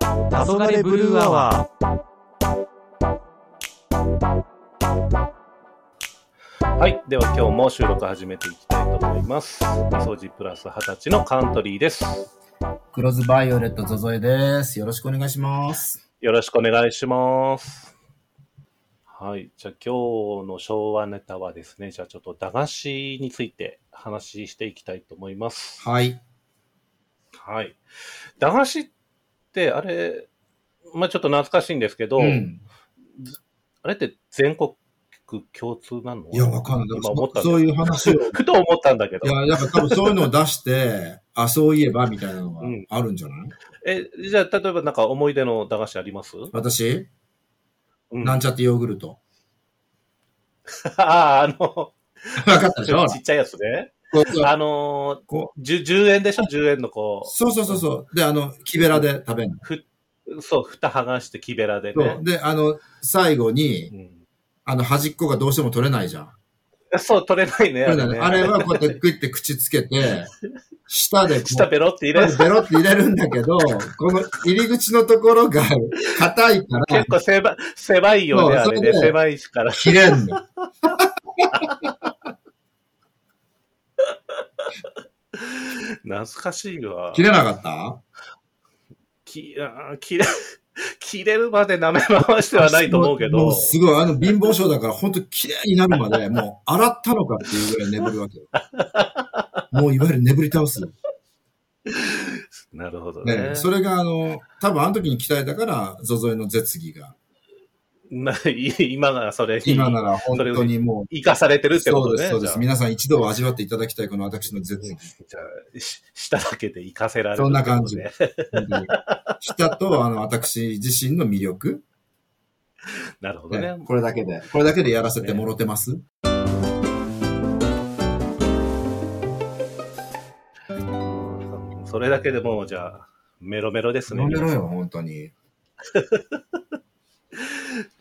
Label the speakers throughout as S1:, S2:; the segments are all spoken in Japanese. S1: 黄昏ブルーアワ
S2: はい。では今日も収録始めていきたいと思います。みそじプラス二十歳のカントリーです。
S3: 黒ズバイオレットゾゾエです。よろしくお願いします。
S2: よろしくお願いします。はい。じゃあ今日の昭和ネタはですね、じゃあちょっと駄菓子について話していきたいと思います。
S3: はい。
S2: はい。駄菓子って、あれ、まあちょっと懐かしいんですけど、
S3: うん。
S2: あれって全国共通なの
S3: いや、わかんない。
S2: 今思ったん
S3: そうい う話を。い
S2: ふと思ったんだけど。
S3: や、やっぱ多分そういうのを出して、あ、そういえばみたいなのが
S2: うん
S3: あるんじゃない、
S2: え、じゃあ、例えばなんか思い出の駄菓子あります
S3: 私、
S2: うん
S3: なん
S2: あ
S3: ちゃってヨーグルト。
S2: あ、あの、
S3: わかったでしょ
S2: ちっちゃいやつね。
S3: こうそう
S2: あの
S3: こ
S2: ー、10, 10円でしょ ?10 円のこ
S3: うそうそうそうそう。で、あの、木べらで食べるの。
S2: う、そう、蓋剥がして木べらで
S3: そう。
S2: ね。
S3: で、あの、最後
S2: う
S3: に、
S2: ん
S3: あの、端っこがどうしても取れないじゃん。
S2: そう、取れないね。
S3: 取れないね。あ
S2: ね
S3: れはこうやってグイって口つけて、舌でこう
S2: 下ペロって入れる。
S3: ベロって入れるんだけ ど、この入り口のところが硬いから
S2: 結、構狭い狭いよね、あ
S3: そう
S2: れね。
S3: それで
S2: 狭いしから。
S3: 切れ んの。
S2: 懐かしいわ。
S3: 切れなかった
S2: きあー切れ、 切れるまで舐め回してはないと思うけ
S3: も
S2: ど
S3: う。すごい、あの貧乏症だから本当綺麗になるま で、もう洗ったのかっていうぐらい眠るわけよ。もういわゆる眠り倒す。
S2: なるほどね。
S3: ね、それがあの、多分あの時に鍛えたから、ゾゾエの絶技が。
S2: ない今がそれに
S3: 今なら本当にもう、
S2: 生かされてるってこ
S3: そ
S2: と
S3: うで
S2: ね。
S3: す、そうです。
S2: じゃあ
S3: 皆さん一度は味わっていただきたい、この私の 絶技。
S2: じゃあし舌だけで生かせられる、
S3: そんな感じ
S2: ね。
S3: 本当に舌と、あの、私自身の魅力。
S2: なるほどね。
S3: ね、これだけで、これだけでやらせてもろてます。
S2: それだけでもう、じゃあ、メロメロですね。
S3: 飲めろよ、本当に。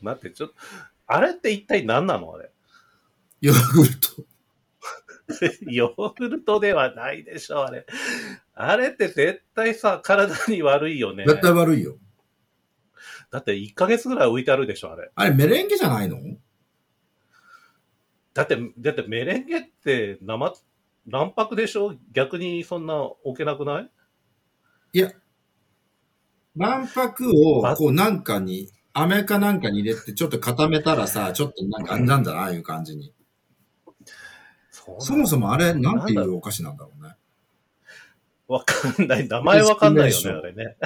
S2: 待って、ちょっと、あれって一体何なのあれ。
S3: ヨーグルト。
S2: ヨーグルトではないでしょ、あれ。あれって絶対さ、体に悪いよね。
S3: 絶対悪いよ。
S2: だって1ヶ月ぐらい浮いてあるでしょ、あれ。
S3: あれ、メレンゲじゃないの
S2: だって、だってメレンゲって生、卵白でしょ逆にそんな置けなくない
S3: 卵白を、こう、なんかに、飴かなんかに入れて、ちょっと固めたらさ、ちょっとなんか、あれなんだな、ああいう感じに。
S2: そ
S3: そも
S2: も。
S3: そもあれ、なんていうお菓子なんだろうね。
S2: わかんない。名前わかんないよね、
S3: 少な
S2: あれね。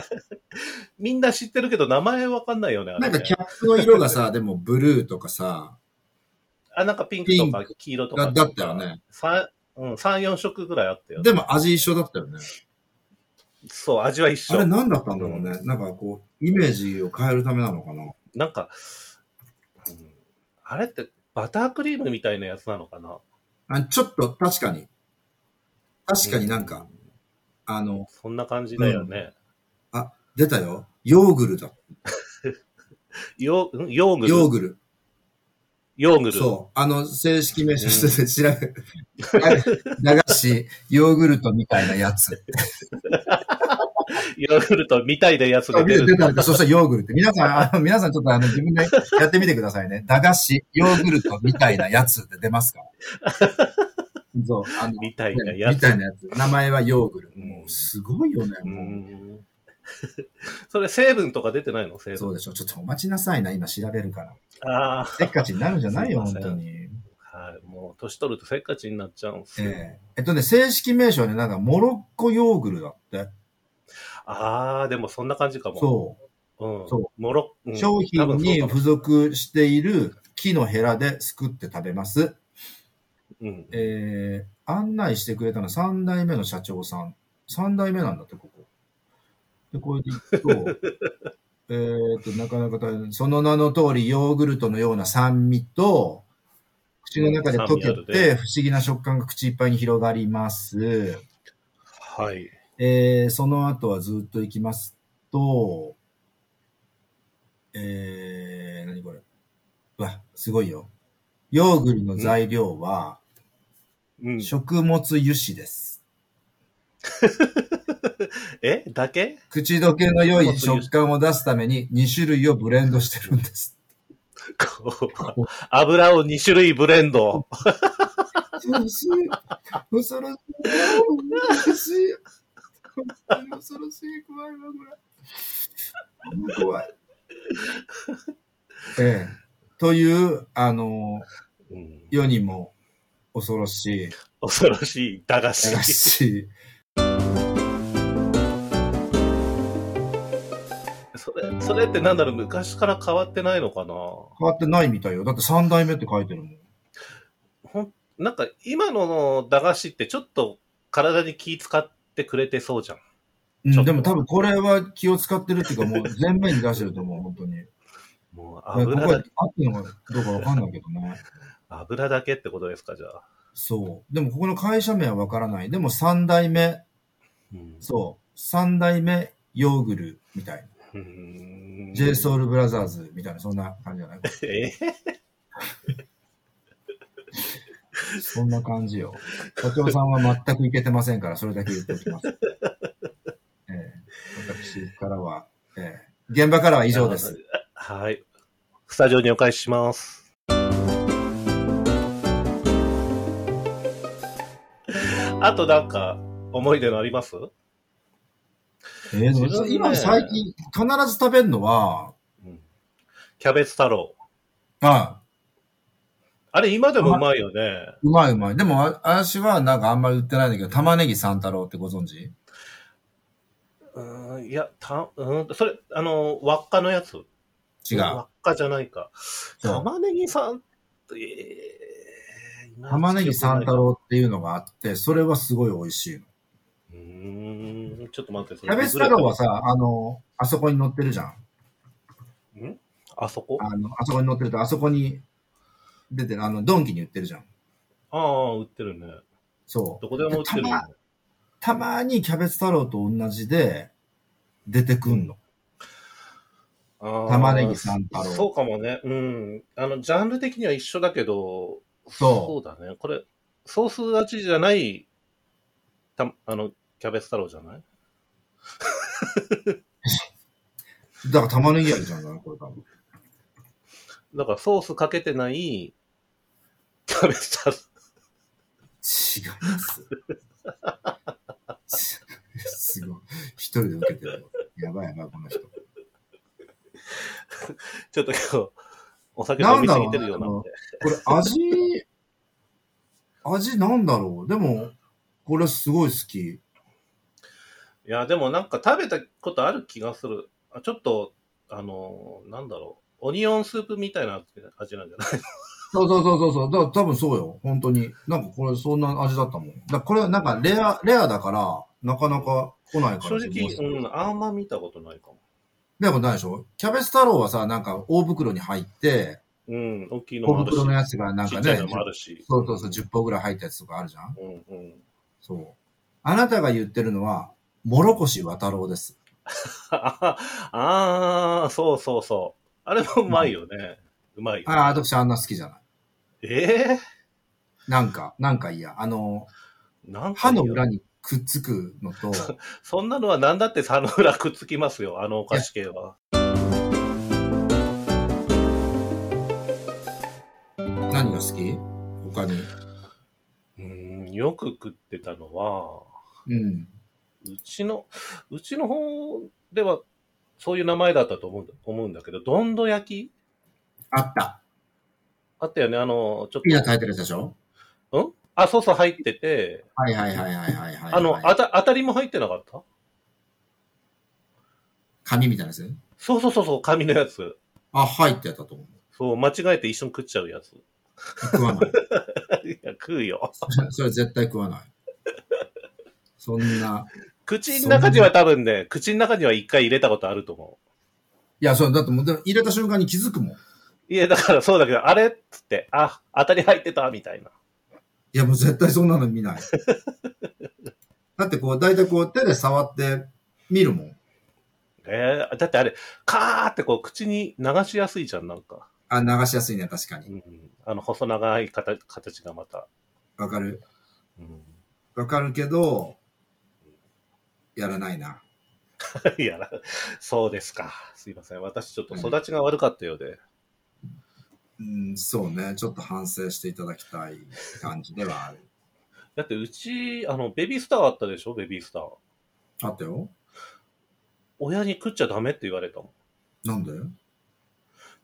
S2: みんな知ってるけど、名前わかんないよね、あれ、ね。
S3: なんか、キャップの色がさ、でも、ブルーとかさ、
S2: あ、なんかピンクと
S3: ピ
S2: か
S3: ン
S2: 黄色とか
S3: だだったよね。
S2: 三うん、3、4色ぐらいあったよ、ね。
S3: でも、味一緒だったよね。
S2: そう、味は一
S3: あれ、
S2: 緒。な
S3: なんだったんだろうね。なんか、こう、イメージを変えるためなのかな。
S2: んか、うんあれってバタークリームみたいなやつなのかな
S3: あちょっと、確かに。確かになんか、あの、
S2: そんな感じだよね。
S3: 出たよ。ヨーグルだ。
S2: ヨーんヨーグル。
S3: ヨーグル。
S2: ヨーグル。
S3: そう。あの、正式名称として調べ、あれ流し、ヨーグルトみたいなやつ。
S2: ヨーグルトみたいなやつ
S3: そ
S2: が
S3: う
S2: 出
S3: 出
S2: る。
S3: たんだそしたらヨーグルト。皆さん、あの、皆さんちょっとあの、自分でやってみてくださいね。駄菓子、ヨーグルトみたいなやつって出ますから。そう、あの、
S2: みたいなや
S3: み
S2: つ。
S3: たいなやつ。名前はヨーグルト。
S2: うん
S3: もう、すごいよね、
S2: う
S3: も
S2: ん それ成分とか出てないの成
S3: う。
S2: 分。
S3: そうでしょ。ちょっとお待ちなさいな、今調べるから。
S2: ああ。
S3: せっかちになるんじゃないよ、
S2: すい
S3: 本
S2: ません
S3: 当に。
S2: はい。もう、年取るとせっかちになっちゃうんですよ。
S3: えええっとね、正式名称はね、なんか、モロッコヨーグルだって。
S2: ああ、でもそんな感じかも。
S3: そう。
S2: う。ん。
S3: そ
S2: もろ、うん
S3: 商
S2: 多
S3: 品
S2: 分そう
S3: に
S2: かも
S3: 付属している木のヘラですくって食べます。
S2: うん。
S3: えー、案内してくれたのは3代目の社長さん。3代目なんだって、ここ。で、これで行 くと、えーと、なかなか大変。その名の通り、ヨーグルトのような酸味と、口の中で溶
S2: 酸味ある
S3: け
S2: ね
S3: て、不思議な食感が口いっぱいに広がります。
S2: はい。
S3: えーその後はずっと行きますと、えー、何これ。うわ、すごいよ。ヨーグルの材料は、
S2: うん、
S3: 食物油脂です。
S2: えだけ
S3: 口どけの良い食感を出すために2種類をブレンドしてるんです。
S2: こう油を2種類ブレンド。
S3: 恐ろしい。恐ろしい。恐ろしい。本当に恐ろしい。怖いわ、これ。怖い。ええ。という、あの、
S2: うん
S3: 世にも恐ろしい、
S2: 恐ろしい駄菓子。
S3: らし い。
S2: それ、それってなんだろう、昔から変わってないのかな
S3: 変わってないみたいよ。だって3代目って書いてるもん。
S2: ほん、なんか今の駄菓子ってちょっと体に気使ってくれてそうじゃん。
S3: う
S2: ちょ
S3: ん、
S2: っと
S3: でも多分これは気を使ってるっていうか、もう 前面に出してると思う、本当に。
S2: もう
S3: ここ
S2: 油
S3: 合
S2: だ
S3: ってるのかどうかわかんないけどね。
S2: 油だけってことですか、じゃあ。
S3: そう。でもここの会社名はわからない。でも3代目、
S2: うん
S3: そう。3代目ヨーグルみたいな。
S2: うーん
S3: j s o u l b r o t h e r s みたいな、そんな感じじゃない
S2: え
S3: そんな感じよ。社長さんは全くいけてませんから、それだけ言ってお きます。ええ私からは、ええ現場からは以上です。。
S2: はい。スタジオにお返しします。あとなんか思い出のあります
S3: ええでも
S2: 自分ね
S3: 今最近必ず食べるのは、
S2: うんキャベツ太郎。
S3: あ
S2: あれ今でもうまいよね。
S3: うまいうまい。でも、あ私はなんかあんまり売ってないんだけど、玉ねぎ三太郎ってご存知
S2: うーん、いや、た、うん、それ、あの、輪っかのやつ。
S3: 違う
S2: 輪。っかじゃないか。
S3: そう
S2: 玉ねぎさん、えー、
S3: 玉ねぎ三太。郎っていうのがあって、それはすごい美味しいの。
S2: うーん、ちょっと待って、そ
S3: キ
S2: れ
S3: ャベツ太郎はさ、あの、あそこに乗ってるじゃん。
S2: あそこあ
S3: あの、あそこに乗ってると、あそこに出てる、あの、ドンキに売ってるじゃん。
S2: あ、売ってるね。
S3: そう。
S2: どこでも売ってるよね
S3: た。たまにキャベツ太郎と同じで出てくんの。
S2: あー
S3: 玉ねぎ三太郎
S2: そうかもね。うん。あの、ジャンル的には一緒だけど、
S3: そう
S2: だね。これ、ソース味じゃない、た、あの、キャベツ太郎じゃない
S3: だから玉ねぎ味じゃんだな、これ多分。
S2: だからソースかけてない、キャベツ太郎。
S3: 違います。す ごい。一人で受けてるの。やばいやばい、この人。
S2: ちょっと今日、お酒飲みすぎてるようなんで。
S3: これ味、味なんだろう。でも、これすごい好き。
S2: いや、でもなんか食べたことある気がする。あちょっと、あの、なんだろう。オニオンスープみたいな味なんじゃない
S3: そうそうそうそうそう。だから多分そうよ。本当に。なんかこれそんな味だったもん。だからこれはなんかレア、レアだから、なかなか来ないか
S2: 正
S3: ら。
S2: 直、うん、あんま見たことないかも。
S3: でもないでしょキャベツ太郎はさ、なんか大袋に入って、
S2: うん、大きいの
S3: 小
S2: もあるし
S3: 袋のやつがなん
S2: ち
S3: か
S2: っちゃ
S3: ね、
S2: いのもあるし。
S3: そうそうそう、10本ぐらい入ったやつとかあるじゃん
S2: うんうん。
S3: そう。あなたが言ってるのは、諸越渡郎です。
S2: ああー、そうそうそう。あれもうまいよね。うまいよ。
S3: ああ、私あんな好きじゃない。
S2: ええ
S3: なんか、なんか嫌。あの、
S2: ー、なんか
S3: 歯
S2: いい
S3: の
S2: よ
S3: 裏にくっつく のと、
S2: そんなのは何だって歯の裏くっつきますよ、あのお菓子系は。
S3: 何が好き他に。
S2: うん、よく食ってたのは、
S3: うん。
S2: うちの、うちの方では、そういう名前だったと思うんだ思うんだけど、どんど焼き
S3: あった。
S2: あったよね、あの、ちょっ
S3: ピーナッツ入ってるやつでしょ
S2: と、んあ、そうそう、入ってて、
S3: はいはいはいはいはいはい。
S2: あの、
S3: あ
S2: あた、当たりも入ってなかった
S3: 紙みたいなやつ
S2: そうそうそうそう、紙のやつ。
S3: あ、入ってたと思う。
S2: そう、間違えて一緒に食っちゃうやつ。
S3: 食わない。
S2: いや、食うよ。
S3: それ絶対食わない。そんな。
S2: 口の中には多分ね、口の中には一回入れたことあると思。
S3: いや、そう、だってもう、でも入れた瞬間に気づくもん。いう
S2: いや、だからそうだけど、あれっつって、あ、当たり入ってたみたいな。
S3: や、もう絶対そんなの見 ない。だってこう、大体こう、手で触って見るもん。
S2: えー、だってあれ、カーってこう、口に流しやすいじゃん、なんか。
S3: あ、流しやすいね、確か
S2: う
S3: に。
S2: ん、あの、細長い形形がまた。
S3: わかる。
S2: うん
S3: わかるけど、やらないな。
S2: いや、そうですか。すいません。私ちょっと育ちが悪かったようで。
S3: うん、そうね。ちょっと反省していただきたい感じではある。
S2: だってうち、あの、ベビースターあったでしょベビースター。
S3: あったよ。
S2: 親に食っちゃダメって言われたもん。
S3: なんで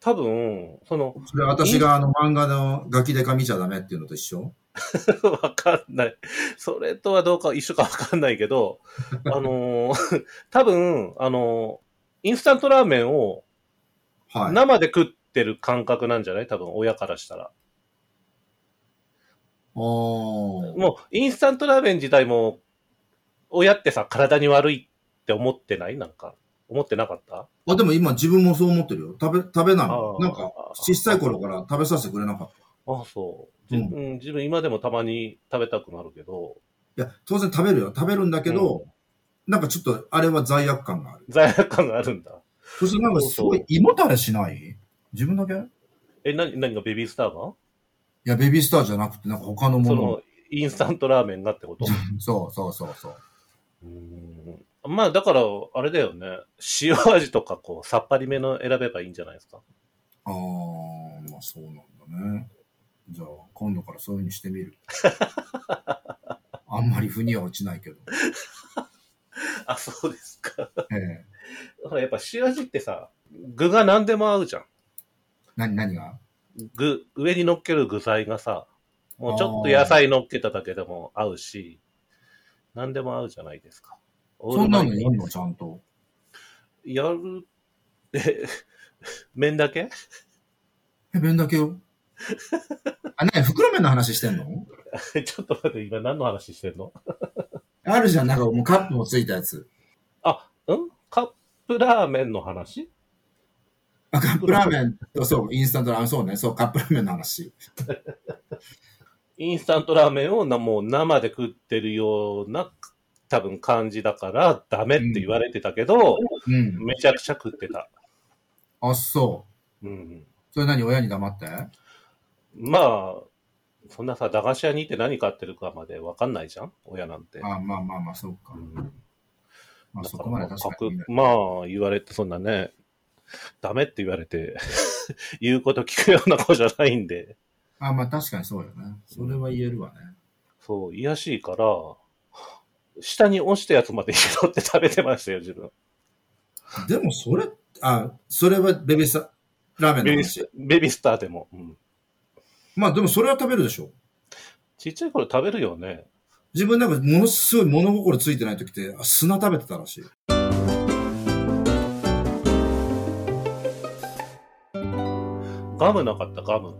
S2: 多分、その、
S3: それ私があの漫画のガキデカ見ちゃダメっていうのと一緒
S2: わかんない。それとはどうか一緒かわかんないけ ど、あのー 多分、あのーインスタントラーメンを
S3: はい。
S2: 生で食ってる感覚なんじゃない多分、親からしたら。
S3: おー
S2: もう、インスタントラーメン自体も、親ってさ、体に悪いって思ってないなんか、思ってなかった
S3: あ、でも今自分もそう思ってるよ。食べ、食べないの
S2: あー
S3: なんか、小さい頃から食べさせてくれなかった。
S2: ああ、そう。
S3: うん
S2: 自分自分今でもたまに食べたくなるけど、
S3: いや、当然食べるよ。食べるんだけど、なんかちょっと、あれは罪悪感がある。
S2: 罪悪感があるんだ。
S3: そしてなんかすご
S2: そ
S3: い、胃もたれしない自分だけい
S2: え、な、何がベビースターが
S3: や、ベビースターじゃなくて、なんか他のも
S2: そ
S3: の。
S2: の、インスタントラーメンがってこと
S3: そうそうそうそう。
S2: うーんまあ、だから、あれだよね。塩味とか、こう、さっぱりめの選べばいいんじゃないですか。
S3: あー、まあそうなんだね。じゃあ、今度からそういうふうにしてみる。あんまり腑には落ちないけど。
S2: あ、そうですか。
S3: ええ
S2: だ からやっぱ塩味ってさ、具が何でも合うじゃん。
S3: な何、何が
S2: 具、上に乗っける具材がさ、もうちょっと野菜乗っけただけでも合うし、何でも合うじゃないですか。
S3: そんなの
S2: オール
S3: やるのちゃんと。
S2: マイティーやる、え、麺だけ
S3: え、弁だけよ。あ、ね袋麺の話してんの
S2: えちょっと待って、今何の話してんの
S3: あるじゃん、なんかもうカップもついたやつ。
S2: あ、うんカップラーメンの話
S3: あ、カップラーメンと、そう、インスタントラーメン、そうね、そう、カップラーメンの話。
S2: インスタントラーメンをなもう生で食ってるような多分感じだからダメって言われてたけど、
S3: うん。
S2: めちゃくちゃ食ってた。
S3: あ、そ
S2: うん。
S3: う。それ何、親に黙って
S2: まあ、そんなさ、駄菓子屋に行って何買ってるかまでわかんないじゃん親なんて。
S3: あ、まあまあまあ、そうか
S2: う。ん
S3: まあ、
S2: だ
S3: そ
S2: か
S3: こ
S2: ら
S3: まで
S2: まあ
S3: 確かにね。
S2: かくまあ、言われて、そんなね、ダメって言われて、 言うこと聞くような子じゃないんで、
S3: あ、まあ確かにそうよね。それは言えるわね。
S2: そう、癒やしいから、下に落ちたやつまで拾って食べてましたよ、自分。
S3: でもそれ、あ、それはベビースタラーメンの
S2: ベビ
S3: 話
S2: ス。ベビスターでも。うん
S3: まあでもそれは食べるでしょ。
S2: ちっちゃい頃食べるよね。
S3: 自分なんかものすごい物心ついてない時ってあ砂食べてたらしい。
S2: ガムなかった、ガム。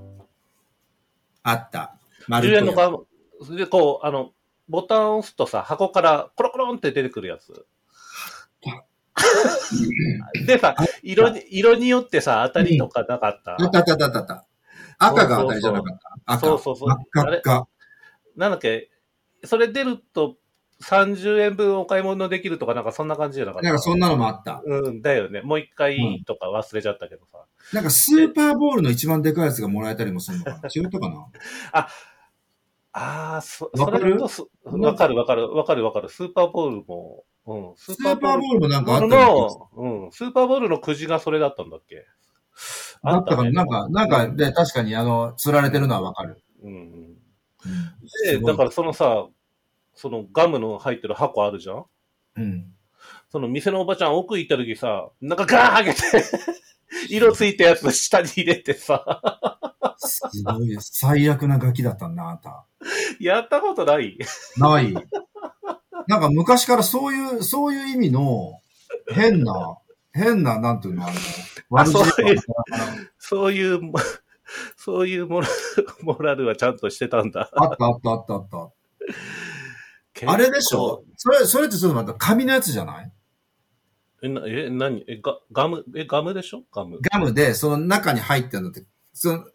S3: あった。
S2: 10円の
S3: や
S2: ガム。それでこう、あの、ボタンを押すとさ、箱からコロコロンって出てくるや つ。でさ、色に、色によってさ、当たりとかなかった。
S3: あったあったあったあった。赤が当たりじゃなかった。赤。
S2: そうそうそう
S3: 赤赤。
S2: なんだっけ、それ出ると30円分お買い物できるとかなんかそんな感じじゃなかった。
S3: なんかそんなのもあった。
S2: うん、だよね。もう一
S3: う
S2: 回とか忘れちゃったけどさ。
S3: なんかスーパーボールの一番でかいやつがもらえたりもするの かな。違ったかな
S2: ああ、そ、
S3: わ
S2: そ
S3: かる
S2: れとす、わかるわかるわかるわかる。スーパーボールも、うん、ス
S3: スーパーボールもなんかあったよ
S2: の、うん、スーパーボールのくじがそれだったんだっけ
S3: あったかな、
S2: ね
S3: なんか、なんか、で、確かにあの、釣られてるのはわかる。
S2: うん。
S3: す
S2: で、
S3: ごい
S2: だからそのさ、そのガムの入ってる箱あるじゃん
S3: うん。
S2: その店のおばちゃん奥行った時さ、なんかガー ン上げて、色ついたやつ下に入れてさ、
S3: すごい、最悪なガキだったな、あなた。
S2: やったことない
S3: ない。なんか昔からそういう、そういう意味の、変な、変な、なんていうの、あの、悪知恵
S2: そういうそうい
S3: が
S2: うも、そういうモラル、モラルはちゃんとしてたんだ。
S3: あったあったあったあった。あれでしょそれ、それってちょっと待って、紙のやつじゃない
S2: え、な、え、何え、ガガム、え、ガムでしょガム。
S3: ガムで、その中に入ってるのって、その、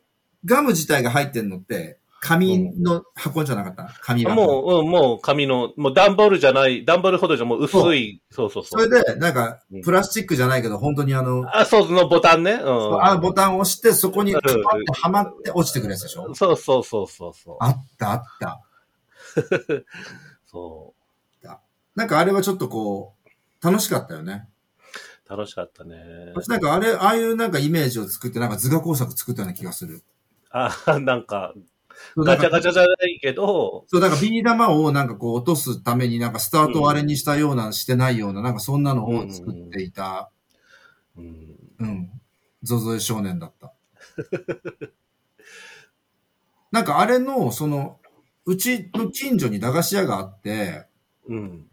S3: ガム自体が入ってるのって、紙の箱じゃなかった紙箱。
S2: もう、うん、もう紙の、もう段ボールじゃない、段ボールほどじゃもう薄い、そうそう
S3: そ
S2: そう。
S3: れで、なんか
S2: うん、
S3: プラスチックじゃないけど、本当にあの、
S2: あ、そう、そのボタンね。うん。
S3: あのボタンを押して、そこに
S2: うん
S3: パッとはまって落ちてくるやつでしょ
S2: そうそうそうそうそう。
S3: あったあった。
S2: そ
S3: なんかあれはちょっとこう、楽しかったよね。
S2: 楽しかったね。
S3: 私なんかあれ、ああいうなんかイメージを作って、なんか図画工作作ったような気がする。
S2: あ、 なんか、
S3: そう
S2: ガチャガ
S3: チャ。
S2: チャじゃないけど、
S3: そう、だからビー玉をなんかこう落とすためになんかスタートをあれにしたような、してないような、なんかそんなのを作っていた、
S2: うん、
S3: うん。ゾゾエ少年だった。 なんかあれの、その、うちの近所に駄菓子屋があって、
S2: うん。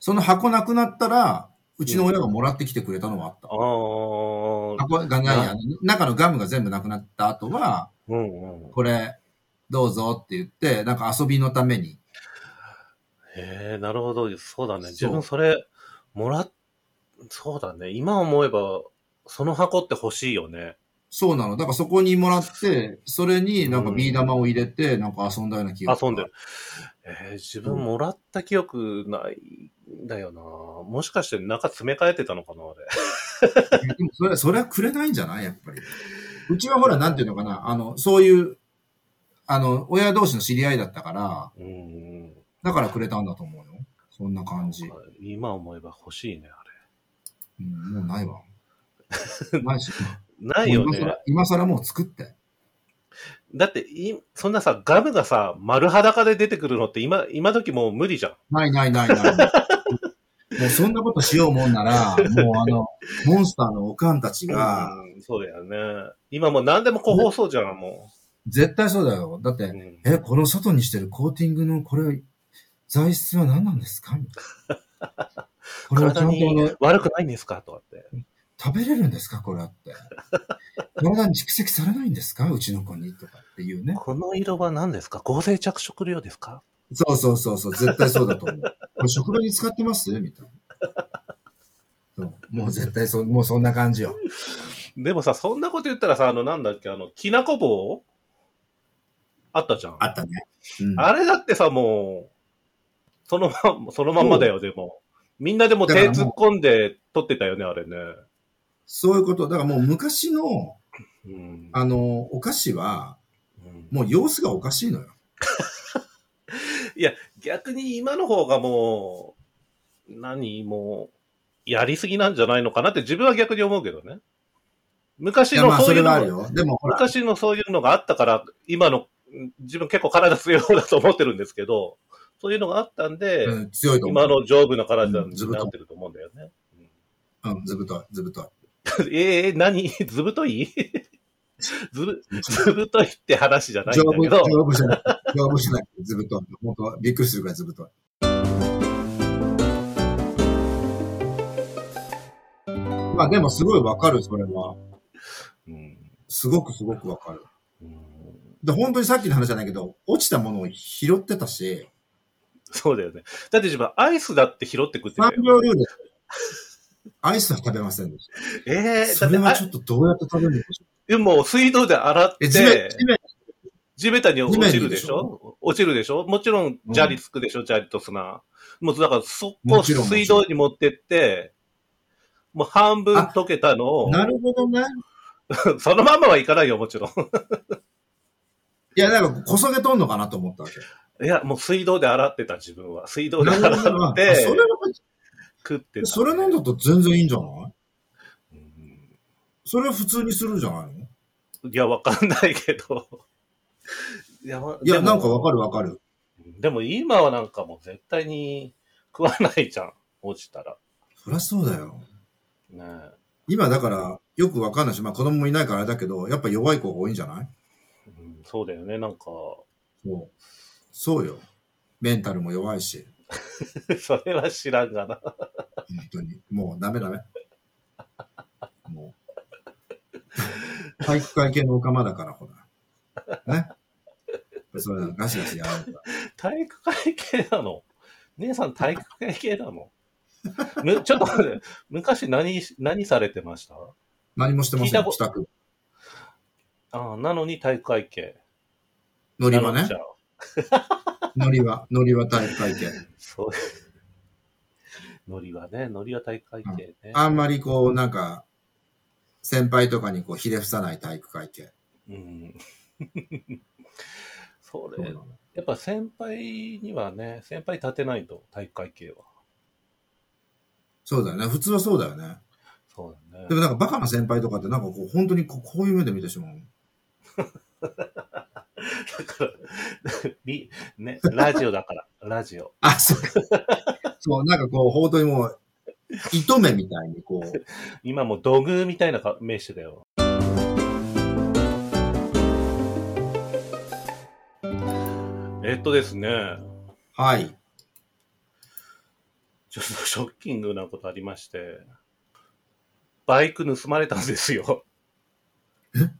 S3: その箱なくなったら、うちの親がもらってきてくれたのはあった。
S2: ああ、
S3: 箱がないや、中のガムが全部なくなった後は、
S2: うんうん。
S3: これ、どうぞって言って、なんか遊びのために。
S2: へえ、なるほど。そうだね。
S3: そう
S2: 自分それ、もらっ、そうだね。今思えば、その箱って欲しいよね。
S3: そうなの。だからそこにもらって、それになんかビー玉を入れて、なんか遊んだような気が
S2: 遊んでる。。えー自分もらった記憶ないんだよな。もしかして中詰め替えてたのかなあれ。
S3: でもそれ、それはくれないんじゃないやっぱり。うちはほら、なんていうのかな、あの、そういう、あの、親同士の知り合いだったから、
S2: うんうん。
S3: だからくれたんだと思うよ。そんな感じ。
S2: 今思えば欲しいね、あ
S3: うん、もうな いわ。ないし。
S2: れ。ないよ
S3: もう今
S2: ね
S3: 更。今更もう作って。
S2: だってい、そんなさ、ガムがさ、丸裸で出てくるのって今、今時もう無理じゃん。
S3: ないないな いない。もうそんなことしようもんなら、もうあの、モンスターのおかんたちが、
S2: うんそうだよね。今もう何でも個包装じゃん、も
S3: 絶対そうだよ。だっ
S2: う。う
S3: て、
S2: ん
S3: え、この外にしてるコーティングのこれ、材質は何なんで すかみたいなこれはち
S2: 体
S3: ゃんとあの
S2: に悪くないんですかとかって。
S3: 食べれるんですかこれはって。体に蓄積されないんですかうちの子にとかっていうね。
S2: この色は何ですか合成着色料ですか
S3: そうそうそうそう、絶対そうだと思う。これ職場に使ってますみたいな。そうもう絶対そ、もうそんな感じよ。
S2: でもさ、そんなこと言ったらさ、あの、なんだっけ、あの、きなこ棒あったじゃん。
S3: あったね。うん、
S2: あれだってさ、もう、そのま、そのまんまだよ、でも。みんなでも手
S3: だからもう
S2: 突っ込んで撮ってたよね、あれね。
S3: そういうこと。だからもう昔の、
S2: うん。
S3: あの、お菓子は、
S2: うん
S3: もう様子がおかしいのよ。
S2: 逆に今の方がもう、何もう、やりすぎなんじゃないのかなって自分は逆に思うけどね。昔
S3: いや、
S2: の
S3: まあ、
S2: そ
S3: そう
S2: い
S3: れ
S2: うの
S3: はあ
S2: が
S3: るよ。でも、ほら、
S2: 昔のそういうのがあったから、今の、うん自分結構体強い方だと思ってるんですけど、そういうのがあったんで、
S3: うん、強いと思
S2: 今
S3: う。
S2: の丈夫な体
S3: うん
S2: に
S3: ずぶとい
S2: なってると思うんだよね。
S3: うん、ずぶとい、ずぶとい。
S2: うんええ何 ずぶといずぶ、ずぶといって話じゃない
S3: 丈
S2: んだ
S3: 夫、
S2: けど、
S3: 丈夫じゃない。丈夫じゃない。ずぶとい。本当はびっくりするぐらいずぶとい。まあでもすごいわかる、それは。
S2: うん
S3: すごくすごくわかる。
S2: うん
S3: で、本当にさっきの話じゃないけど、落ちたものを拾ってたし、
S2: そうだよね。だって自分、アイスだって拾って食ってた
S3: 3
S2: よ。
S3: 秒ルール。アイスは食べませんでした。
S2: ええ
S3: それ
S2: だ
S3: は
S2: って
S3: ちょっとどうやって食べるんでしょう。
S2: あでも、水道で洗っ
S3: え、地面
S2: て、、
S3: 地面、
S2: 地べたに落ちるでし
S3: 地面にでしょ
S2: ょ落ちるでしょもちろん
S3: うん
S2: 砂利つくでしょ砂利と砂。もうだからそ
S3: も
S2: こ
S3: ちろん
S2: 水道に持ってって、もう半分
S3: あ
S2: 溶けたのを、
S3: なるほどね。
S2: そのまんまはいかないよ、もちろん。
S3: いや、なんか、こそげとんのかなと思ったわけ。
S2: いや、もう水道で洗ってた、自分は。水道で
S3: なるほど
S2: 洗
S3: な
S2: っ
S3: あ
S2: て、
S3: それは
S2: 食ってた。
S3: それなんだと全然いいんじゃない
S2: うん
S3: それは普通にするんじゃないの
S2: いや、わかんないけど。いや、ま
S3: いや、なんかわ
S2: わ
S3: かるわかる。
S2: る。でも今はなんかもう絶対に食わないじゃん、落ちたら。
S3: そりゃそうだよ。
S2: ねえ
S3: 今だから、よくわかんないし、まあ子供もいないからあれだけど、やっぱ弱い子が多いんじゃない
S2: うん、そうだよね、なんか。
S3: そう。そうよ。メンタルも弱いし、
S2: それは知らんがな。
S3: 本当に。もうダメダメ。もう。体育会系のオカマだから、ほら。ね。それなのガシガシやられた。
S2: 体育会系なの姉さん体育会系なの むちょっと待って、昔何し、何されてました
S3: 何もしてま
S2: 聞い
S3: せ
S2: た
S3: ん、
S2: こ
S3: 帰宅。
S2: ああ、なのに体育会系。
S3: 乗り
S2: な
S3: 場
S2: の
S3: ね
S2: ちゃ。う
S3: 乗り場、乗り場体育会系。
S2: そう。ノリはね、ノリは体育会系ね。
S3: あんまりこう、なんか、先輩とかにこう、ひれ伏さない体育会系。
S2: うん。 そ
S3: そうな
S2: れ、
S3: の
S2: やっぱ先輩にはね、先輩立てないと、体育会系は。
S3: そうだよね。普通はそうだよね。
S2: そうだね。
S3: でもなんかバカな先輩とかってなんかこう本当にこうこういう目で見てしまう。
S2: だから、 み、ね、ラジオだから、ラジオ。
S3: あ、そう。 そう、なんかこう本当にもう、糸目みたいにこう、
S2: 今もう土偶みたいなか目してたよ。えっとですね、
S3: はい。
S2: ちょっとショッキングなことありまして、バイク盗まれたんですよ。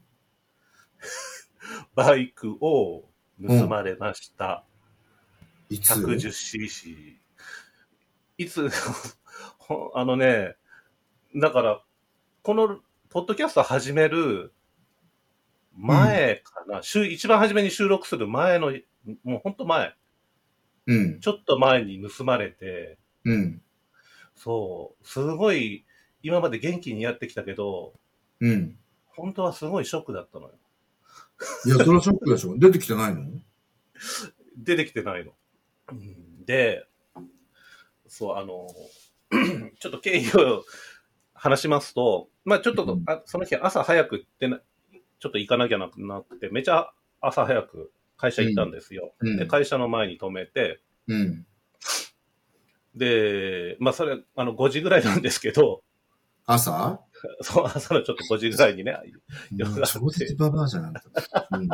S2: バイクを盗まれました。
S3: いつ
S2: 110cc。いつ、ほ あのね、だから、この、ポッドキャスト始める前かな、週、一番初めに収録する前の、もうほんと前、
S3: うん。
S2: ちょっと前に盗まれて、
S3: うん。
S2: そう、すごい、今まで元気にやってきたけど、
S3: うん。
S2: 本当はすごいショックだったのよ。
S3: いや、それはショックでしょ。出てきてないの
S2: 出てきてないの。うんで、そう、あの、 ちょっと経緯を話しますと、まあちょっと、
S3: うん
S2: あその日朝早くってな、ちょっと行かなきゃなくなって、めちゃ朝早く会社行ったんですよ。
S3: うん
S2: で、会社の前に止めて、
S3: うん。
S2: で、まあそれ、あの5時ぐらいなんですけど、
S3: 朝
S2: そう、朝のちょっと5時ぐらいにね、よくあって
S3: 超絶ババアじゃん。うん。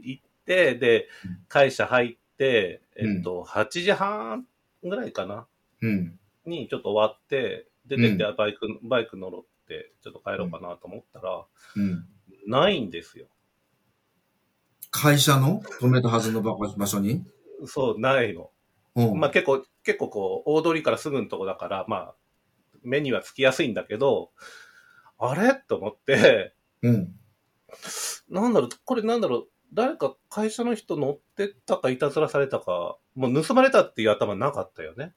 S2: 行って、で
S3: うん、
S2: 会社入って、
S3: うん
S2: えっと、8時半ぐらいかな。
S3: うん。
S2: にちょっと終わって、で、
S3: うん
S2: 出て、バイク、バイク乗ろって、ちょっと帰ろうかなと思ったら、
S3: うん。
S2: ないんですよ。
S3: 会社の止めたはずの場所に
S2: そう、ないの。
S3: うん。
S2: まあ結構、結構こう、大通りからすぐのとこだから、まあ、目にはつきやすいんだけど、あれと思って、
S3: うん。
S2: なんだろう、これなんだろう、誰か会社の人乗ってったか、いたずらされたか、もう盗まれたっていう頭なかったよね。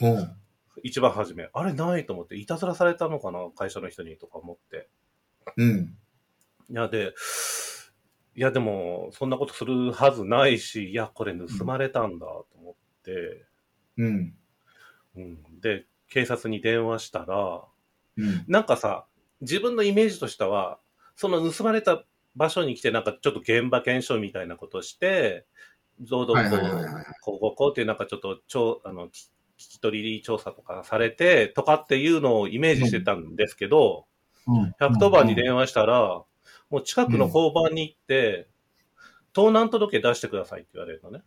S3: うん。
S2: 一番初め。あれないと思って、いたずらされたのかな、会社の人にとか思って。
S3: うん。
S2: いや、で、いや、でも、そんなことするはずないし、いや、これ盗まれたんだと思って、
S3: うん。
S2: うん、で、警察に電話したら、
S3: うん。
S2: なんかさ、自分のイメージとしては、その盗まれた場所に来て、なんかちょっと現場検証みたいなことをして、どうどうこ
S3: はいはいはいうはいはい、
S2: こうこうこうっていう、なんかちょっと調あの聞聞き取り調査とかされて、とかっていうのをイメージしてたんですけど、110番に電話したら、もう近くの交番に行って、盗難届出してくださいって言われるのね。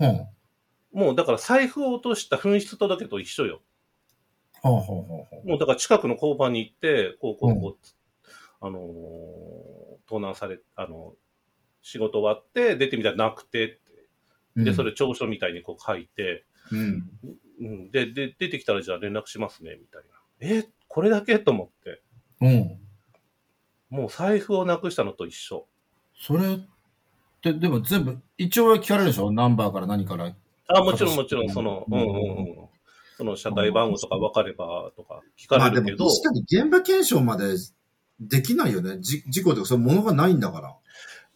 S3: うん。ほ
S2: もうだから財布を落とした紛失届と一緒よ。
S3: うほうほうほうほ
S2: もうだから近くの交番に行って、こうこうこう、あのー盗難され、あのー仕事終わって出てみたらなくてって、
S3: う。
S2: で、それ調書みたいにこう書いて、
S3: うん。
S2: うん、で、で、出てきたらじゃあ連絡しますね、みたいな。え、これだけと思って。
S3: うん。
S2: もう財布をなくしたのと一緒。
S3: それって、でも全部、一応は聞かれるでしょナンバーから何から。
S2: あ、もちろんもちろん、その、うんうんうん。その車体番号とか分かればとか聞かれるけど、
S3: 確かに現場検証までできないよね。じ事故とか、そのものがないんだから。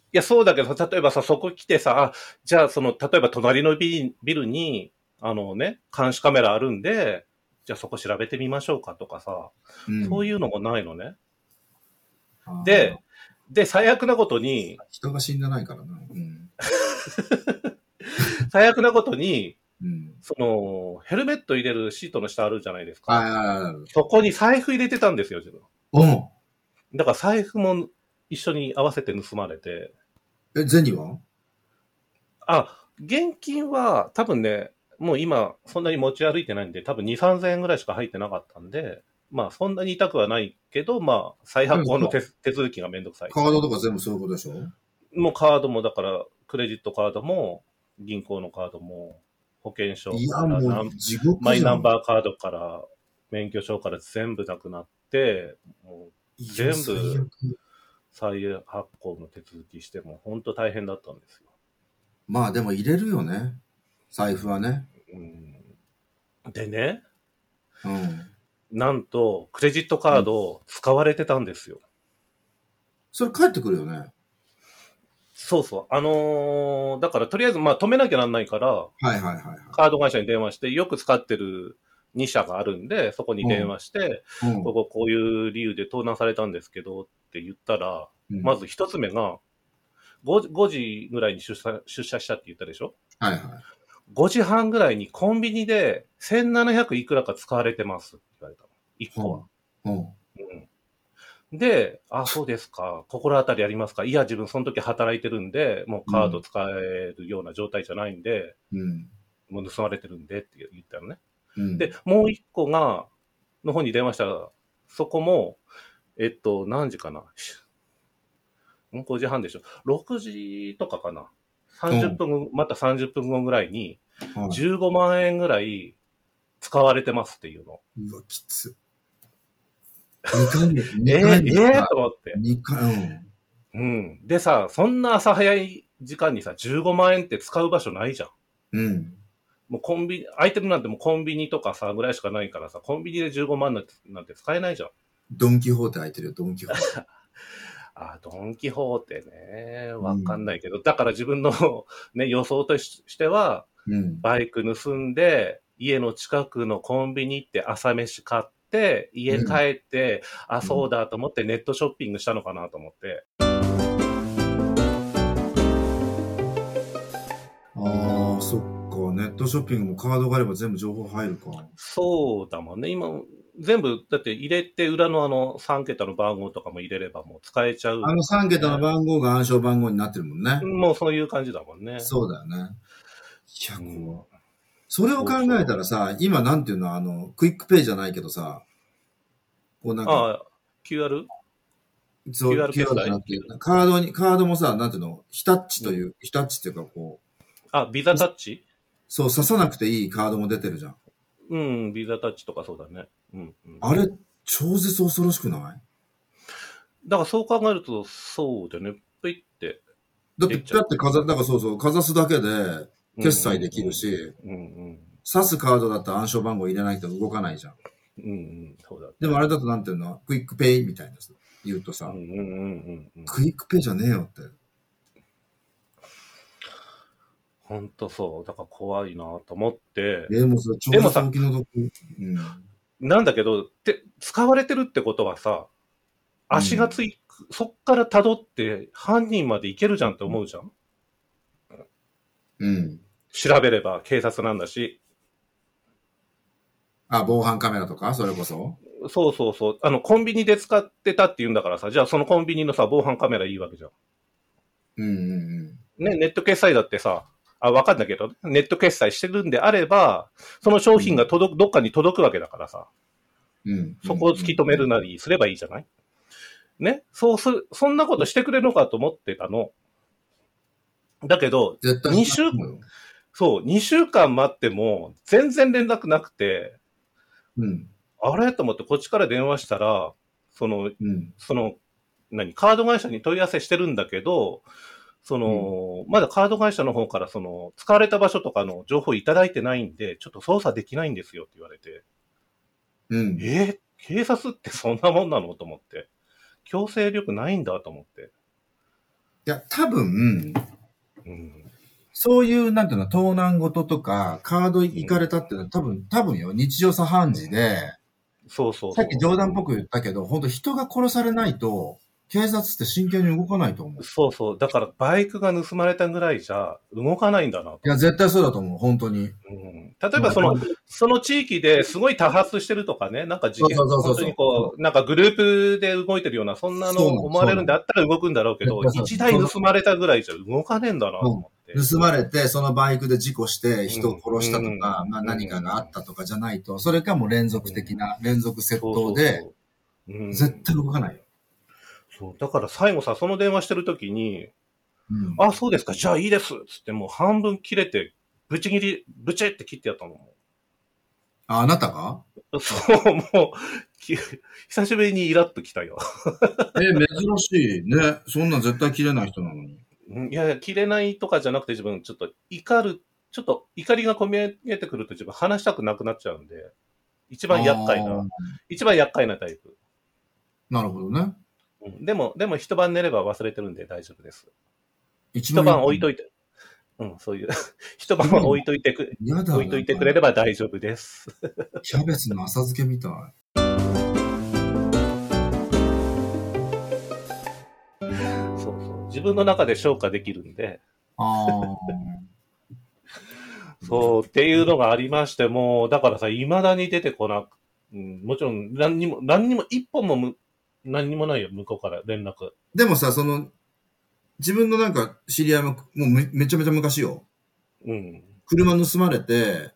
S2: いや、そうだけど、例えばさ、そこ来てさ、あじゃあその、例えば隣のビルビルに、あのね、監視カメラあるんで、じゃあそこ調べてみましょうかとかさ、そう
S3: い
S2: いうのもないのね。
S3: うん。
S2: で、で、最悪なことに
S3: あー、、人が死んでないからな。うん。
S2: 最悪なことに、
S3: うん。
S2: その、ヘルメット入れるシートの下あるじゃないです
S3: あ
S2: か。
S3: あ、あ
S2: そこに財布入れてたんですよ、自分。
S3: うん。
S2: だから財布も一緒に合わせて盗まれて、
S3: え、ゼニは
S2: あ、現金は多分ね、もう今そんなに持ち歩いてないんで、多分2、3000円ぐらいしか入ってなかったんで、まあそんなに痛くはないけど、まあ再発行の手手続きがめんどくさい。
S3: カードとか全部そういうことでしょ
S2: もうカードもだから、クレジットカードも、銀行のカードも、保険証
S3: いや、
S2: から
S3: も
S2: な、
S3: うん地獄じゃん。
S2: マイナンバーカードから、免許証から全部なくなって、もう
S3: い
S2: 全
S3: や
S2: 部
S3: 最悪
S2: 再発行の手続きしても、本当大変だったんですよ。
S3: まあでも入れるよね。財布はね。
S2: うん、でね、
S3: うん。
S2: なんと、クレジットカードを使われてたんですよ。
S3: それ帰ってくるよね。
S2: そうそう。あのーだからとりあえず、まあ止めなきゃなんないから、
S3: はいはいはいはい。
S2: カード会社に電話して、よく使ってる2社があるんで、そこに電話して、
S3: うん
S2: こここういう理由で盗難されたんですけどって言ったら、
S3: うん
S2: まず一つ目が5、5時ぐらいに出社出社したって言ったでしょ
S3: はいはい。
S2: ?5 時半ぐらいにコンビニで1700いくらか使われてますって言われたの。1個は。
S3: うん。
S2: うんで、あ、そうですか。心当たりありますかいや、自分その時働いてるんで、もうカード使えるような状態じゃないんで、
S3: うん。
S2: もう盗まれてるんでって言ったのね。
S3: うん。
S2: で、もう一個が、の方に電話したら、そこも、えっと、何時かなん ?5 時半でしょ。6時とかかな。30分、また30分後ぐらいに、
S3: はい
S2: 15万円ぐらい使われてますっていうの。
S3: うわ、きつ。二回 目、
S2: え
S3: 二
S2: ー、
S3: 回
S2: え
S3: 目。
S2: ー、と思って。
S3: 二回、うん。
S2: うん。でさ、そんな朝早い時間にさ、15万円って使う場所ないじゃん。
S3: うん。
S2: もうコンビニ、空いてるなんてもうコンビニとかさ、ぐらいしかないからさ、コンビニで15万なんてなんて使えないじゃん。
S3: ドンキホーテ空いてるよ、ドンキホー テ。
S2: あ、ドンキホーテね。わかんないけど、だから自分の、 ね、予想とししては、
S3: うん。
S2: バイク盗んで、家の近くのコンビニ行って朝飯買って、家帰って、あ、そうだと思ってネットショッピングしたのかなと思って。
S3: ああ、そっか。ネットショッピングもカードがあれば全部情報入るか。
S2: そうだもんね。今、全部、だって入れて裏のあの3桁の番号とかも入れればもう使えちゃう。
S3: あの3桁の番号が暗証番号になってるもんね。
S2: もうそういう感じだもんね。
S3: そうだよね。いや、
S2: うん
S3: こう。それを考えたらさ、今なんていうの、あの、クイックペイじゃないけどさ、こうなんか、
S2: ああ、QR?
S3: そう、
S2: QR
S3: キーワードじゃなくて、カードに、カードもさ、なんていうの、非タッチという、非タッチっていうかこう、
S2: あ、ビザタッチ
S3: そう、刺さなくていいカードも出てるじゃん。
S2: うん、ビザタッチとかそうだね。うん、うん。
S3: あれ、超絶恐ろしくない
S2: だからそう考えると、そうだよね。ぷいって。
S3: だって、
S2: できち
S3: ピャ
S2: ゃう
S3: ってかざ、だからそうそう、かざすだけで、決済できるし、
S2: うんうん。
S3: 刺すカードだったら暗証番号入れないと動かないじゃん。
S2: うんうん。そうだ。
S3: でもあれだとなんていうの、クイックペイみたいなやつ言うとさ、
S2: うんうんうんうん。
S3: クイックペイじゃねえよって。
S2: ほんとそう。だから怖いなと思って。
S3: でもそれ超
S2: でもさ
S3: 早期の毒。うん。
S2: なんだけど、て、使われてるってことはさ、足がつい、そっから辿って犯人まで行けるじゃんって思うじゃん
S3: うん。
S2: 調べれば警察なんだし。
S3: あ、防犯カメラとかそれこそ
S2: そうそうそう。あの、コンビニで使ってたって言うんだからさ、じゃあそのコンビニのさ、防犯カメラいいわけじゃん。
S3: うんうん
S2: ね、ネット決済だってさ、あ、わかんないけど、ネット決済してるんであれば、その商品が届く、どっかに届くわけだからさ、
S3: うん。うん。
S2: そこを突き止めるなりすればいいじゃないね、そうする、そんなことしてくれるのかと思ってたの。だけど、
S3: 絶対
S2: 二週そう、2週間待っても、全然連絡なくて、
S3: うん。
S2: あれと思ってこっちから電話したら、その、
S3: うん。
S2: その、何、カード会社に問い合わせしてるんだけど、その、まだカード会社の方から、その、使われた場所とかの情報いただいてないんで、ちょっと操作できないんですよって言われて、
S3: うん。
S2: えー警察ってそんなもんなのと思って。強制力ないんだと思って。
S3: いや、多分、
S2: うん。
S3: そういう、なんていうの、盗難事とか、カード行かれたっていうのは、多分、多分よ、日常茶飯事で、
S2: そうそうそう
S3: さっき冗談っぽく言ったけど、本当人が殺されないと、警察って真剣に動かないと思う。
S2: そうそう。だから、バイクが盗まれたぐらいじゃ、動かないんだなと。
S3: いや、絶対そうだと思う、本当に。
S2: うん例えばその、その地域ですごい多発してるとかね、なんか事件、
S3: そうそうそうそ
S2: 本
S3: う
S2: 当にこう、なんかグループで動いてるような、そんなの
S3: そうなの
S2: 思われるんであったら動くんだろうけど、
S3: そうそう
S2: 一台盗まれたぐらいじゃ動かねえんだなと思って。
S3: 盗まれて、そのバイクで事故して、人を殺したと
S2: うん
S3: か、まあ
S2: うん
S3: 何かがあったとかじゃないと、それかもう連続的な、連続窃
S2: そうそ
S3: 盗
S2: う
S3: で、
S2: そう、うん
S3: 絶対動かないよ。
S2: そう。だから最後さ、その電話してる時に、
S3: うん
S2: あ、そうですか、じゃあいいです、つってもう半分切れて、ぶち切り、ぶちって切ってやったのも
S3: あ、あなたが
S2: う。そう、もう、き久しぶりにイラッときたよ。
S3: え、珍しい。ね。そんなん絶対切れない人なのに。
S2: うんいやいや、切れないとかじゃなくて自分ちょっと怒る、ちょっと怒りが込み上げてくると自分話したくなくなっちゃうんで、一番厄介
S3: あー
S2: な、一番厄介なタイプ。
S3: なるほどね。
S2: うんでも、でも一晩寝れば忘れてるんで大丈夫です。
S3: 一
S2: 一晩置いと
S3: い
S2: いて、うん、そう いう、一晩は置いといてく、
S3: やだ。
S2: 置いといてくれれば大丈夫です。
S3: キャベツの浅漬けみたい。
S2: そうそう。自分の中で消化できるんで、
S3: ああ。
S2: そう、っていうのがありまして、もう、だからさ、未だに出てこなく、うん、もちろん、何にも、何にも、一本もむ、何にもないよ、向こうから連絡。
S3: でもさ、その、自分のなんか知り合いも、もうめめちゃめちゃ昔よ。
S2: うん、
S3: 車盗まれて、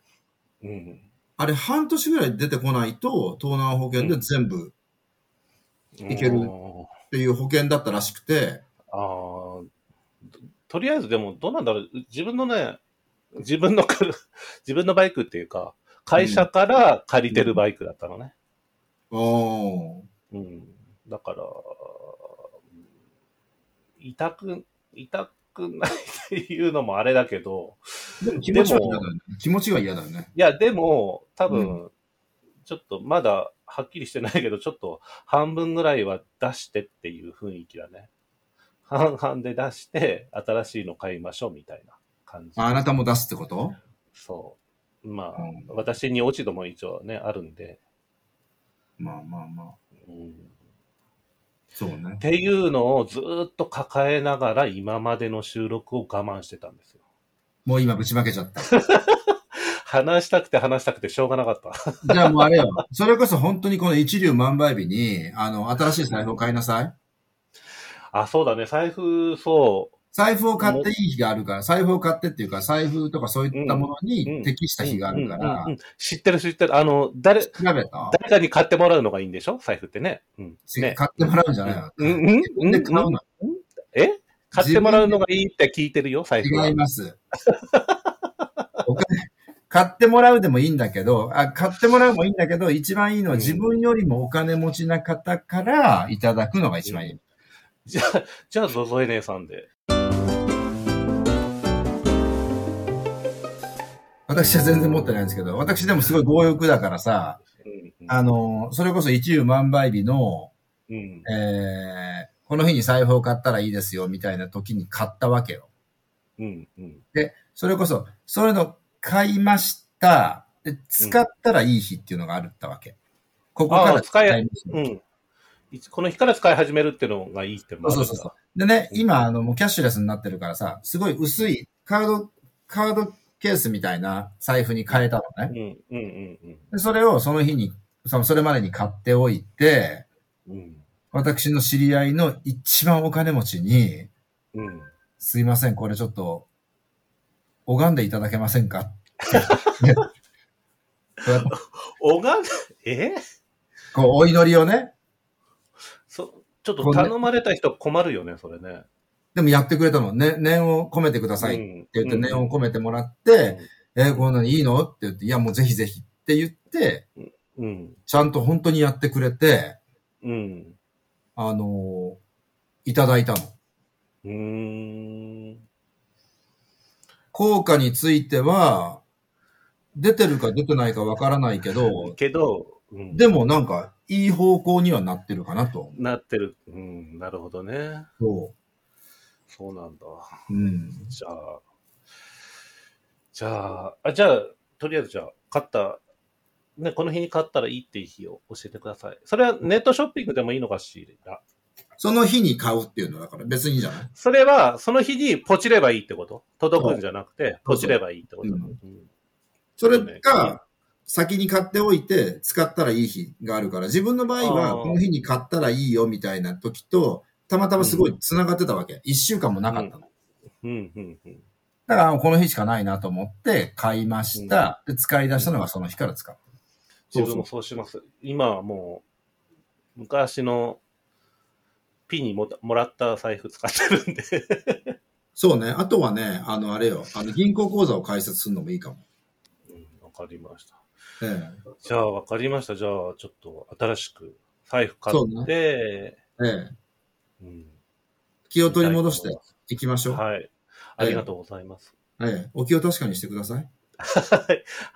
S2: うん。
S3: あれ半年ぐらい出てこないと、盗難保険で全部いける
S2: うん
S3: っていう保険だったらしくて、
S2: あーととりあえずでも、どうなんだろう。自分のね、自分の車、 自分のバイクっていうか、会社から借りてるバイクだったのね。
S3: ああ。
S2: うん。だから、痛く、痛くないっていうのもあれだけど、
S3: でも気持ちは嫌だよね。気持ちが嫌だよね。
S2: いや、でも、多分、ちょっとまだはっきりしてないけど、ちょっと半分ぐらいは出してっていう雰囲気だね。半々で出して、新しいの買いましょうみたいな感じ。
S3: ああなたも出すってこと
S2: そう。まあ、
S3: うん
S2: 私に落ち度も一応ね、あるんで。
S3: まあまあまあ。
S2: うん
S3: そうね
S2: っ。ていうのをずーっと抱えながら今までの収録を我慢してたんですよ。
S3: もう今ぶちまけちゃった。
S2: 話したくて話したくてしょうがなかった。
S3: じゃあもうあれよ。 それこそ本当にこの一流万倍日に、あの、新しい財布を買いなさい。
S2: あ、そうだね。財布、そう、
S3: 財布を買っていい日があるから、財布を買ってっていうか、財布とかそういったものに適した日があるか
S2: うんうん
S3: ら
S2: うんう、ん知ってる知ってる。あの、誰、
S3: 調べた
S2: 誰かに買ってもらうのがいいんでしょ財布ってね。うん。ね。
S3: 買ってもらうんじゃないの
S2: うん、うん、うん、
S3: で買う
S2: うん。
S3: の。
S2: え買ってもらうのがいいって聞いてるよ、財布は
S3: 違い。ます。お金買ってもらうでもいいんだけど、あ、買ってもらうもいいんだけど、一番いいのは自分よりもお金持ちな方からいただくのが一番いい。
S2: じゃあ、じゃあ、ゾゾエ姉さんで。
S3: 私は全然持ってないんですけど、私でもすごい強欲だからさ、
S2: うんうん
S3: あの、それこそ一流万倍日の、
S2: うん。
S3: えー、この日に財布を買ったらいいですよ、みたいな時に買ったわけよ。
S2: うん。うん。
S3: で、それこそ、そういうの買いました。で、使ったらいい日っていうのがあるったわけ。ここか
S2: あ
S3: ら
S2: あ使え
S3: いました
S2: うん。いつこの日から使い始めるっていうのがいいって
S3: そうそうそうそう。でね、今、あの、もうキャッシュレスになってるからさ、すごい薄いカード、カードケースみたいな財布に変えたの
S2: う
S3: ね。
S2: ん。うん。うん。
S3: でそれをその日に、そのそれまでに買っておいて、
S2: うん。
S3: 私の知り合いの一番お金持ちに、
S2: うん。うん。
S3: すいません、これちょっと、拝んでいただけませんかって。 ね
S2: おがん、え
S3: こう、お祈りをね、
S2: そ、ちょっと頼まれた人困るよね、それね。
S3: でもやってくれたの。ね、念を込めてくださいって
S2: ん
S3: 言って、念を込めてもらっ
S2: うん
S3: て、えーこんなにいいのって言って、いや、もうぜひぜひって言って、
S2: うん。
S3: ちゃんと本当にやってくれて、
S2: うん。
S3: あのーいただいたの。
S2: うーん。
S3: 効果については、出てるか出てないかわからないけど、
S2: けど、うん、
S3: でもなんか、いい方向にはなってるかなと。
S2: なってる。うん、なるほどね。
S3: そ
S2: そうなんだ。
S3: う。うん。
S2: じゃあ、じゃあ、あじゃあ、とりあえずじゃあ、買った、ね、この日に買ったらいいっていう日を教えてください。それはネットショッピングでもいいのかしら。
S3: その日に買うっていうのだから別にいいじゃない
S2: それは、その日にポチればいいってこと届くんじゃなくて、
S3: そう
S2: ポチればいいってこと、
S3: うん
S2: うん
S3: それが、先に買っておいて、使ったらいい日があるから、自分の場合
S2: あー
S3: は、この日に買ったらいいよみたいな時と、たまたますごい繋がってたわけ。一、週間もなかったの。
S2: うん、うん、うん。
S3: だから、この日しかないなと思って、買いました。で、使い出したのがその日から使う。
S2: 自分もそうします。今はもう、昔のピにもたもらった財布使ってるんで。
S3: そうね。あとはね、あの、あれよ。あの、銀行口座を開設するのもいいかも。
S2: うんわかりました。
S3: え
S2: じゃあ、わかりました。じゃあ、ちょっと新しく財布買
S3: そう
S2: って、
S3: え。ええ。
S2: うん、
S3: 気を取り戻していきましょう。
S2: はい。ありがとうございます。
S3: ええ。お気を確かにしてください。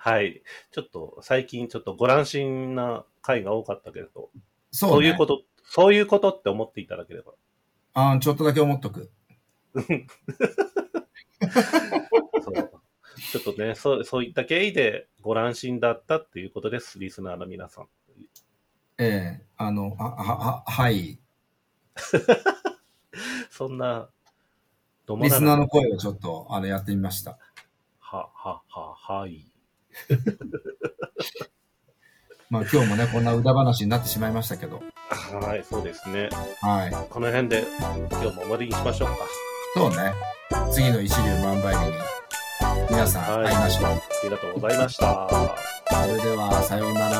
S2: はい。ちょっと、最近ちょっとご乱心な回が多かったけれど、
S3: そう、ね。
S2: そういうこと、そういうことって思っていただければ。
S3: あーちょっとだけ思っとく。
S2: そうちょっとねそう、そういった経緯でご乱心だったっていうことです、リスナーの皆さん。
S3: ええあの、あ、あ、あはい。
S2: そんな、ど
S3: リスナーの声をちょっと、あの、やってみました。
S2: は、は、は、はい。
S3: まあ、今日もね、こんな歌話になってしまいましたけど。
S2: はい、そうですね。
S3: はい。
S2: この辺で今日も終わりにしましょうか。
S3: そうね。次の一流万倍日に、皆さん会いましょう。
S2: ありがとうございました。
S3: それでは、さようなら。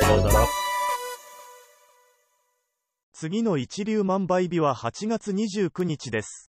S2: さようなら。
S1: 次の一粒万倍日は8月29日です。